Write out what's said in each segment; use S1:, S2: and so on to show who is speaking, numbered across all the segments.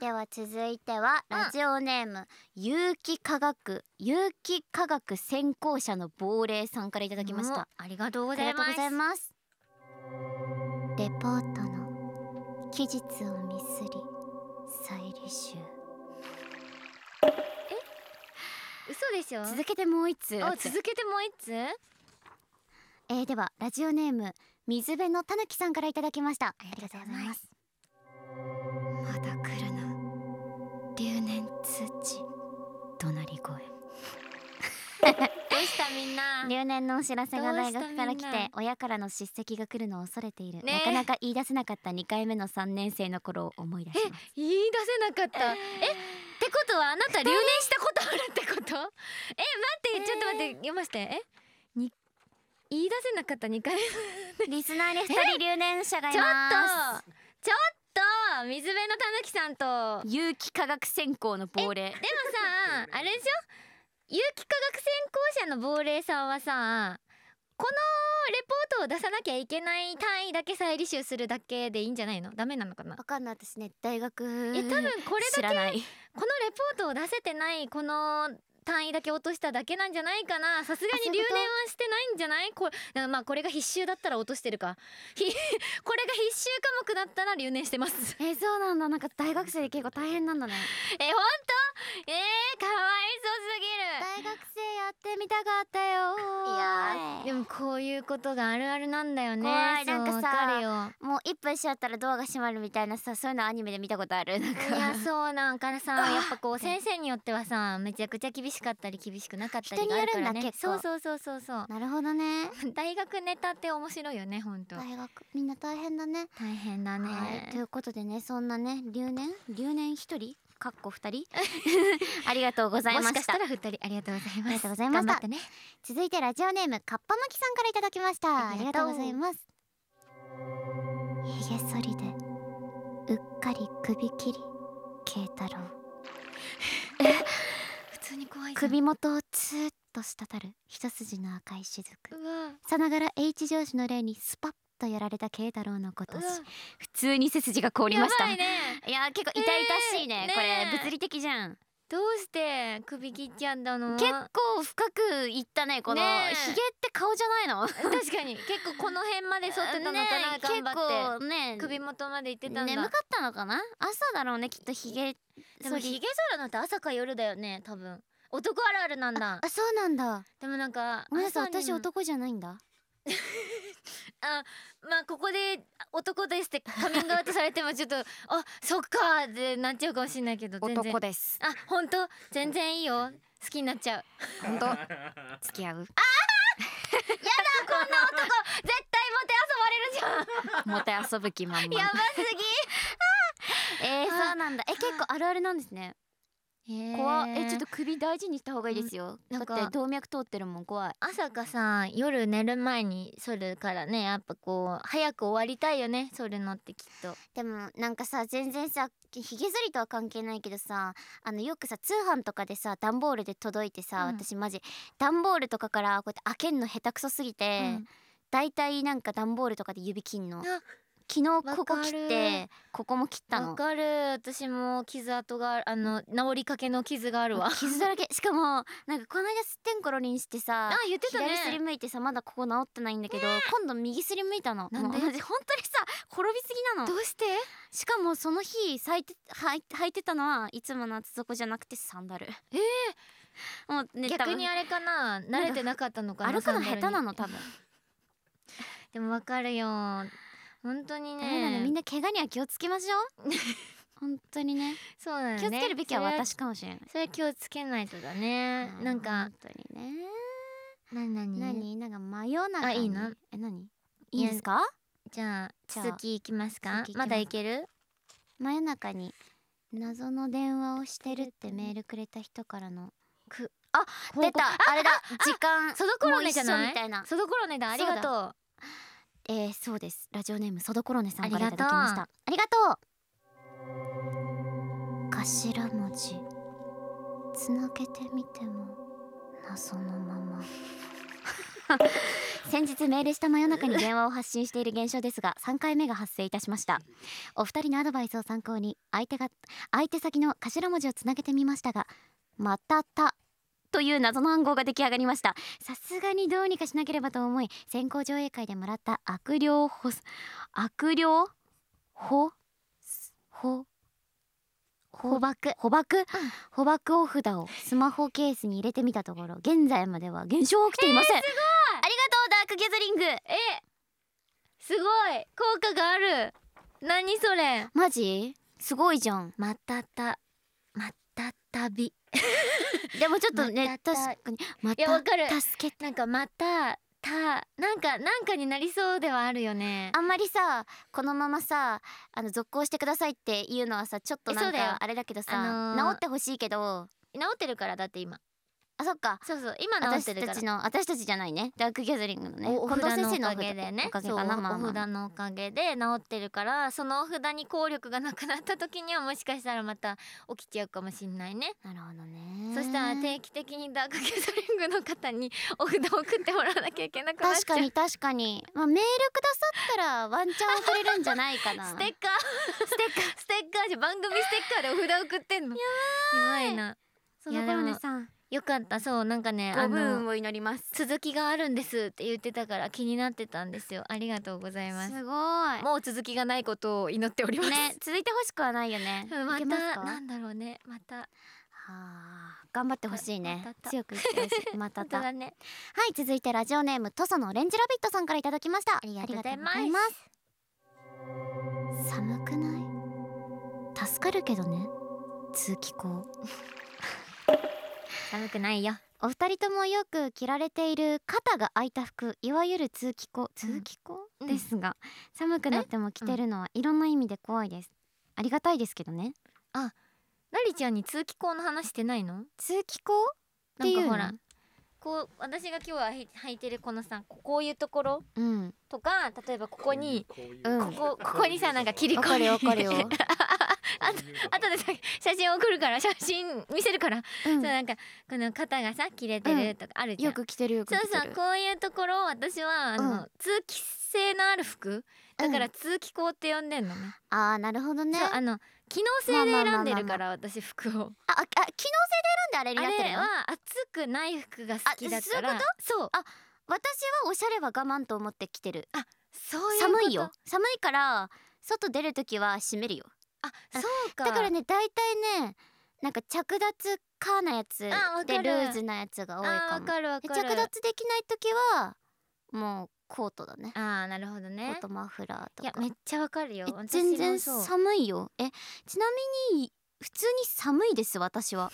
S1: では続いては
S2: うん
S1: ラジオネーム、有機化学有機化学専攻者の亡霊さんからいただきました
S2: ありがとう
S1: あ
S2: ご
S1: り
S2: ざ
S1: が
S2: い
S1: とう
S2: ます
S1: ございますレポートの期日をミスり再履修
S2: 嘘でしょ
S1: 続けてもう一通
S2: あ続けてもう一つ
S1: えー、ではラジオネーム水辺のたぬきさんからいただきましたありがとうございますまだ来るな留年通知怒鳴り声
S2: どうしたみんな
S1: 留年のお知らせが大
S2: どう
S1: 学
S2: した
S1: から来
S2: みんな
S1: て親からの叱責が来るのを恐れている、
S2: ね
S1: なか
S2: え
S1: なか言い出せなかった2回目の3年生の頃を思い出します
S2: 言い出せなかったえってことはあなた留年したことあるってこと え待ってちょっと待って読ませてえに言い出せなかった2回目
S1: リスナーに2人留年者がい
S2: ちょっ
S1: ます
S2: とちょっと水辺のたぬきさんと
S1: と有機化学専攻の亡霊
S2: でもさあれでしょ有機化学専攻者の亡霊さんはさこのレポートを出さなきゃいけない単位だけ再履修するだけでいいんじゃないのダメなのかな
S1: わかんない私ね大学
S2: え多分これ
S1: 知
S2: だ
S1: ら
S2: け
S1: ない
S2: このレポートを出せてないこの単位だけ落としただけなんじゃないかなさすが
S1: あそう
S2: に
S1: い
S2: 留
S1: うこと
S2: 年はしてないんじゃないこれまあこれが必修だったら落としてるかひ これが必修科目だったら留年してます
S1: えーそうなんだなんか大学生で結構大変なんだね
S2: え本当えー、かわい
S1: 大学生やってみたかったよ
S2: そうすぎるいやーでもこういうことがあるあるなんだよね
S1: 怖い
S2: そう
S1: なんかさ
S2: わかるよ
S1: もう一分しちゃったらドアが閉まるみたいなさそういうのアニメで見たことあるなんか
S2: いやそうなんから さ
S1: あー
S2: やっぱこう先生によってはさめちゃくちゃ厳しかったり厳しくなかったりがあるか
S1: 人
S2: ら
S1: による
S2: ね
S1: んだ結構
S2: そうそうそうそうそう
S1: なるほどね
S2: 大学ネタって面白いよね本当
S1: 大学みんな大変だね
S2: 大変だね、
S1: はいということでねそんなね留年留年一人かっこ二 人ありがとうございま
S2: もしか
S1: し
S2: したたら二人ありがとうございます
S1: ありがとうございました
S2: 頑張ってね
S1: 続いてラジオネームかっぱ巻さんからいただきました
S2: あ
S1: あ
S2: り
S1: りが
S2: がと
S1: と
S2: う
S1: うございますひげ剃りでうっかり首切り慶太郎
S2: 普通に怖いじゃん
S1: 首元をツーッと滴る一筋の赤い雫
S2: うわ
S1: さながら H 上司の霊にスパッとやられた慶太郎のこと
S2: うわ
S1: し普通に背筋が凍りました
S2: やばいね
S1: いやー結構痛々しいね,、
S2: ねえ
S1: こ
S2: ねえ
S1: れ物理的じゃん
S2: どうして首切っちゃったの
S1: 結構深くいったねこの
S2: ねえ
S1: ひげって顔じゃないの
S2: 確かに結構この辺まで剃ってたのかな、
S1: ねえ
S2: 頑張って
S1: 結構ね
S2: 首元まで行ってたんだ
S1: 眠かったのかな朝だろうねきっとひげ
S2: で
S1: 剃
S2: も
S1: り
S2: ひげ剃るのって朝か夜だよね多分男あるあるなんだ
S1: あそうなんだ
S2: でもなんか
S1: ごめんなさい
S2: 朝に
S1: 私
S2: も
S1: 男じゃないんだ
S2: あまあここであ男ですってカミングアウトされてもちょっと あそっかーってなっちゃうかもしれないけど全然
S1: です
S2: あ本当全然いいよ好きになっ ちゃう
S1: 本当付き合う
S2: こんな男絶対モテ
S1: もて遊ぶ気満
S2: 遊ばれるじゃんや
S1: 々
S2: ばす
S1: えー、
S2: あ
S1: そうなんだえ結構あるあるなんですね
S2: ぎ
S1: 怖っ えちょっと首大事にした方がいいですよ
S2: うんなんか
S1: だって動脈通ってるもん怖い
S2: 朝かさ夜寝る前に剃るからねやっぱこう早く終わりたいよね剃るのってきっと
S1: でもなんかさ全然さひげ剃りとは関係ないけどさあのよくさ通販とかでさ段ボールで届いてさ、
S2: うん
S1: 私マジ段ボールとかからこうやって開けんの下手くそすぎて、
S2: うん
S1: だいたいなんか段ボールとかで指切んの
S2: あ
S1: 昨日ここ切っ
S2: わ
S1: てここも切った
S2: わ
S1: の
S2: かる私も傷跡があるあの治りかけの傷があるわ
S1: 傷だらけしかもなんかこの間すってんころりんしてさ
S2: あ言ってたね
S1: 左すりむいてさまだここ治ってないんだけど、今度右すりむいたの
S2: なんで
S1: もう私本当にさ転びすぎなの
S2: どうして
S1: しかもその日咲いて履い履いてたのはいつもの厚底じゃなくてサンダルええもうね
S2: 逆に
S1: 多
S2: あれかな慣れてなかったのかな
S1: 分歩くの
S2: サンダ
S1: 下
S2: ル
S1: 手
S2: に
S1: なの多分、
S2: でもわかるよ本当に
S1: ダメなの
S2: ね
S1: みんな怪我には気をつけましょう 本当にね
S2: そうだよね
S1: 気をつけるべきは
S2: それ
S1: 私かもしれない
S2: それ気をつけないとだねなんか
S1: 本当にね
S2: なにな
S1: 何
S2: に
S1: なんか真夜中に
S2: あいいの
S1: え何
S2: い
S1: い
S2: や
S1: いですか
S2: じゃあ
S1: じゃあ
S2: 続きいきますか
S1: 続きいきま
S2: ますだいける
S1: 真夜中に謎の電話をしてるってメールくれた人からの
S2: く
S1: あ
S2: 報告
S1: 出たあれだ時間
S2: その頃ねじゃ
S1: もう一緒
S2: ない
S1: みたいな
S2: その頃ねだありが
S1: そ
S2: と
S1: えー、そうですラジオネームソドコロネさんか
S2: あ
S1: らい
S2: り
S1: ただ
S2: がと
S1: き
S2: う
S1: ましたありがとう頭文字 つなげてみても謎のまま先日メールした真夜中に電話を発信している現象ですが3回目が発生いたしましたお二人のアドバイスを参考に相手が相手先の頭文字をつなげてみましたが「またた」という謎の暗号が出来上がりましたさすがにどうにかしなければと思い先行上映会でもらった悪霊ほ悪霊ほほ捕獲捕獲捕獲お札をスマホケースに入れてみたところ現在までは現象起きていません、ありがとうダークギャザリング
S2: えすごい効果がある何それ
S1: マジすごいじゃん
S2: またたまたたび
S1: でもちょっと
S2: ま
S1: ね
S2: たた
S1: 確かにま
S2: いやわかる
S1: た助け
S2: なんかまたたなんかなんかになりそうではあるよね
S1: あんまりさこのままさあの続行してくださいっていうのはさちょっと
S2: え
S1: な
S2: そ
S1: ん
S2: うだよ
S1: かあれだけどさ、
S2: あのー
S1: 治ってほしいけど
S2: 治ってるからだって今
S1: あそっか
S2: そうそう今治っ
S1: 私
S2: てるか
S1: た
S2: ら
S1: ちの私たちじゃないねダークギャザリングのね
S2: おお
S1: 近藤
S2: 札
S1: 先
S2: のお
S1: 生の
S2: かげでね
S1: おかげ
S2: そう
S1: かなまあ
S2: お
S1: まあ
S2: 札のおかげで治ってるからそのお札に効力がなくなった時にはもしかしたらまた起きちゃうかもしんないね
S1: なるほどね
S2: そしたら定期的にダークギャザリングの方にお札を送ってもらわなきゃいけなくなっ
S1: 確
S2: ちゃう
S1: かに確かに、まあ、メールくださったらワンチャン送れるんじゃないか な
S2: ステッカーステッカーステッカーじゃ番組ステッカーでお札送ってんのやばいな
S1: その頃ねさん
S2: よかったそうなんかねあ
S1: ご武
S2: の
S1: 運を祈ります
S2: 続きがあるんですって言ってたから気になってたんですよありがとうございます
S1: すごい
S2: もう続きがないことを祈っております
S1: ね続いてほしくはないよね
S2: うん
S1: い
S2: ま
S1: け
S2: た
S1: ますか
S2: なんだろうねまた
S1: はあ頑張ってほしい
S2: ま
S1: ね
S2: たた
S1: 強く言ってほしい また
S2: 本当
S1: たは
S2: だね
S1: い続いてラジオネーム土佐のオレンジラビットさんからいただきましたあり
S2: がとうございます
S1: がとうございます寒くない助かるけどね通気口
S2: 寒くないよ
S1: お二人ともよく着られている肩が開いた服いわゆる通気口通気口、
S2: うん
S1: ですが寒くなっても着てるのはいろんな意味で怖いですありがたいですけどね
S2: ラリちゃんに通気口の話してないの
S1: 通気口っ
S2: な
S1: てい
S2: ん
S1: う
S2: か
S1: の
S2: ほらこう私が今日ははい履いてるこのさここういうところ
S1: うん
S2: とか例えばここに
S1: うん
S2: ここここにさなんか切り
S1: わ
S2: 込
S1: かるよわかるよ、
S2: あ あ後でさ写真送るから写真見せるから、
S1: うん
S2: そうなんかこの肩がさ切れてるとかあるじゃ
S1: よ
S2: ん、
S1: く着てるよく着
S2: そ
S1: て
S2: う
S1: る
S2: そうこういうところを私はあの、
S1: う
S2: 通気性のある服だか
S1: う
S2: ら通気口って呼んでんのね、
S1: んああなるほどね
S2: そう
S1: あ
S2: あの機能性で選んでるから私服を
S1: ああ機能性で選んであれに
S2: あ
S1: なって
S2: れ
S1: るの
S2: は暑くない服が好きだから
S1: あ
S2: そう
S1: 私はおしゃれは我慢と思って着てる
S2: そういうこと
S1: 寒いよ寒いから外出るときは閉めるよ
S2: あそうか
S1: だからね大体ねなんか着脱かなやつ
S2: あわか
S1: で
S2: る
S1: ルーズなやつが多い
S2: あー
S1: か
S2: わ
S1: も
S2: かるわ
S1: で
S2: か
S1: 着
S2: る
S1: 脱できないときはもうコートだね
S2: あーなるほど
S1: コ
S2: ね
S1: ートマフラーと
S2: いや
S1: か
S2: めっちゃわかるよ
S1: え
S2: 私
S1: 全
S2: も
S1: 然
S2: そう
S1: 寒いよえちなみに普通に寒いです私は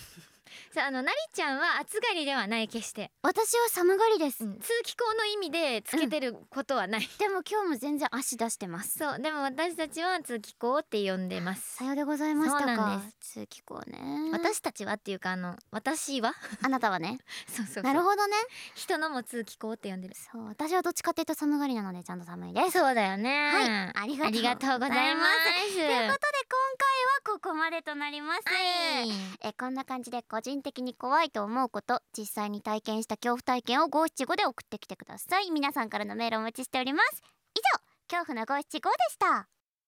S2: そうあのなりちゃんは暑がりではない決して、
S1: 私は寒がりです、
S2: 通気口の意味でつけてることはない、
S1: でも今日も全然足出してます
S2: そうでも私たちは通気口って呼んでます
S1: さようでございました
S2: そうな
S1: か
S2: んで
S1: 通気口ね
S2: 私たちはっていうかあの私は
S1: あなたはね
S2: そうそうそう
S1: なるほどね
S2: 人のも通気口って呼んでる
S1: そう私はどっちかっていうと寒がりなのでちゃんと寒いです
S2: そうだよね
S1: はいありがとう
S2: ありがとうございます
S1: ということで今回はここまでとなります、
S2: はい
S1: えこんな感じで個人的に怖いと思うこと実際に体験した恐怖体験を五七五で送ってきてください皆さんからのメールをお待ちしております以上恐怖の五七五でした